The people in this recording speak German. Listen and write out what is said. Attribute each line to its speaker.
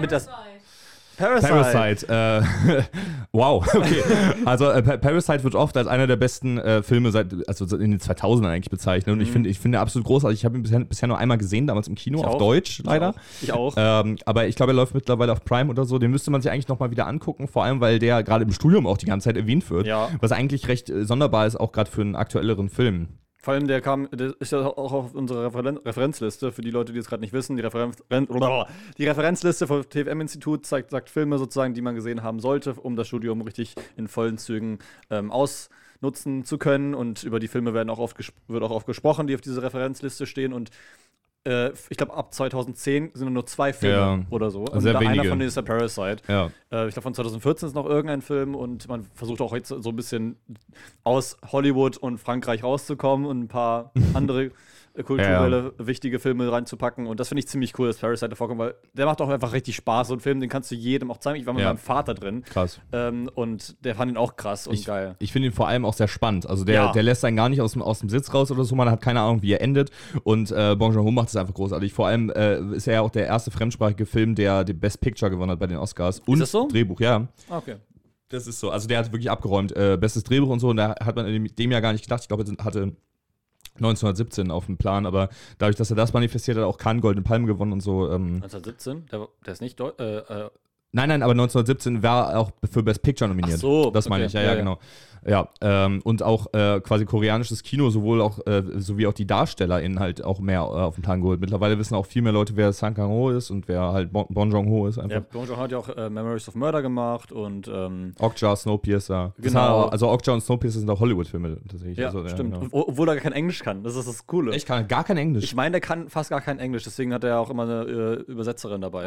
Speaker 1: mit das
Speaker 2: Parasite. Parasite. Äh, wow, okay. Also äh, Pa- Parasite wird oft als einer der besten äh, Filme seit also seit in den 2000ern eigentlich bezeichnet. Und ich finde ich finde ihn absolut großartig. Ich habe ihn bisher, bisher nur einmal gesehen, damals im Kino,
Speaker 1: Mhm. Ich
Speaker 2: auf
Speaker 1: auch.
Speaker 2: Deutsch leider.
Speaker 1: Ich auch.
Speaker 2: Ähm, aber ich glaube, er läuft mittlerweile auf Prime oder so. Den müsste man sich eigentlich nochmal wieder angucken, vor allem, weil der gerade im Studium auch die ganze Zeit erwähnt wird.
Speaker 1: Ja.
Speaker 2: Was eigentlich recht äh, sonderbar ist, auch gerade für einen aktuelleren Film.
Speaker 1: Vor allem der kam, der ist ja auch auf unserer Referen Referenzliste, für die Leute, die es gerade nicht wissen, die, Referen die Referenzliste vom TFM-Institut zeigt, sagt Filme sozusagen, die man gesehen haben sollte, um das Studium richtig in vollen Zügen ähm, ausnutzen zu können. Und über die Filme werden auch oft ges- wird auch oft gesprochen, die auf dieser Referenzliste stehen. Und äh, ich glaube, ab 2010 sind nur zwei Filme
Speaker 2: Ja,
Speaker 1: oder so. Und
Speaker 2: sehr
Speaker 1: da einer
Speaker 2: wenige.
Speaker 1: von denen ist der Parasite.
Speaker 2: Ja.
Speaker 1: Äh, ich glaube, von 2014 ist noch irgendein Film und man versucht auch jetzt so ein bisschen aus Hollywood und Frankreich rauszukommen und ein paar andere äh, kulturelle, wichtige Filme reinzupacken. Und das finde ich ziemlich cool, dass Parasite da vorkommt, weil der macht auch einfach richtig Spaß. So einen Film, den kannst du jedem auch zeigen. Ich war mit
Speaker 2: Ja.
Speaker 1: meinem Vater drin
Speaker 2: Krass.
Speaker 1: ähm, und der fand ihn auch krass und
Speaker 2: Ich,
Speaker 1: geil.
Speaker 2: ich finde ihn vor allem auch sehr spannend. Also der,
Speaker 1: Ja.
Speaker 2: der lässt einen gar nicht aus dem, aus dem Sitz raus oder so. Man hat keine Ahnung, wie er endet. Und äh, Bong Joon-ho macht es einfach großartig. Vor allem äh, ist er ja auch der erste fremdsprachige Film, der den Best Picture gewonnen hat bei den Oscars. Und
Speaker 1: das so?
Speaker 2: Drehbuch, ja.
Speaker 1: Ah, okay.
Speaker 2: Das ist so. Also der hat wirklich abgeräumt. Äh, bestes Drehbuch und so. Und da hat man in dem, dem Jahr gar nicht gedacht. Ich glaube, er sind- hatte 1917 auf dem Plan. Aber dadurch, dass er das manifestiert hat, auch Cannes Goldene Palme gewonnen und so. Ähm,
Speaker 1: 1917, der, der ist nicht Deu äh, äh,
Speaker 2: Nein, nein, aber 1917 war auch für Best Picture nominiert.
Speaker 1: Ach so,
Speaker 2: das meine
Speaker 1: okay.
Speaker 2: ich, ja,
Speaker 1: Ja,
Speaker 2: ja,
Speaker 1: ja.
Speaker 2: genau. Ja, ähm, und auch äh, quasi koreanisches Kino, sowohl auch, äh, sowie auch die DarstellerInnen halt auch mehr äh, auf den Plan geholt. Mittlerweile wissen auch viel mehr Leute, wer Sang Kang-ho ist und wer halt Bon, bon Jong-ho ist
Speaker 1: Ja,
Speaker 2: einfach.
Speaker 1: Bong Joon-ho hat ja auch äh, Memories of Murder gemacht und ähm,
Speaker 2: Okja, Snowpiercer. Das
Speaker 1: Genau.
Speaker 2: sind- Also Okja und Snowpiercer sind auch Hollywood-Filme tatsächlich.
Speaker 1: ja,
Speaker 2: also,
Speaker 1: stimmt.
Speaker 2: genau.
Speaker 1: Ob- Obwohl er gar kein Englisch kann. Das ist das Coole.
Speaker 2: Ich kann gar kein Englisch.
Speaker 1: Ich meine, der kann fast gar kein Englisch, deswegen hat er auch immer eine äh, Übersetzerin dabei.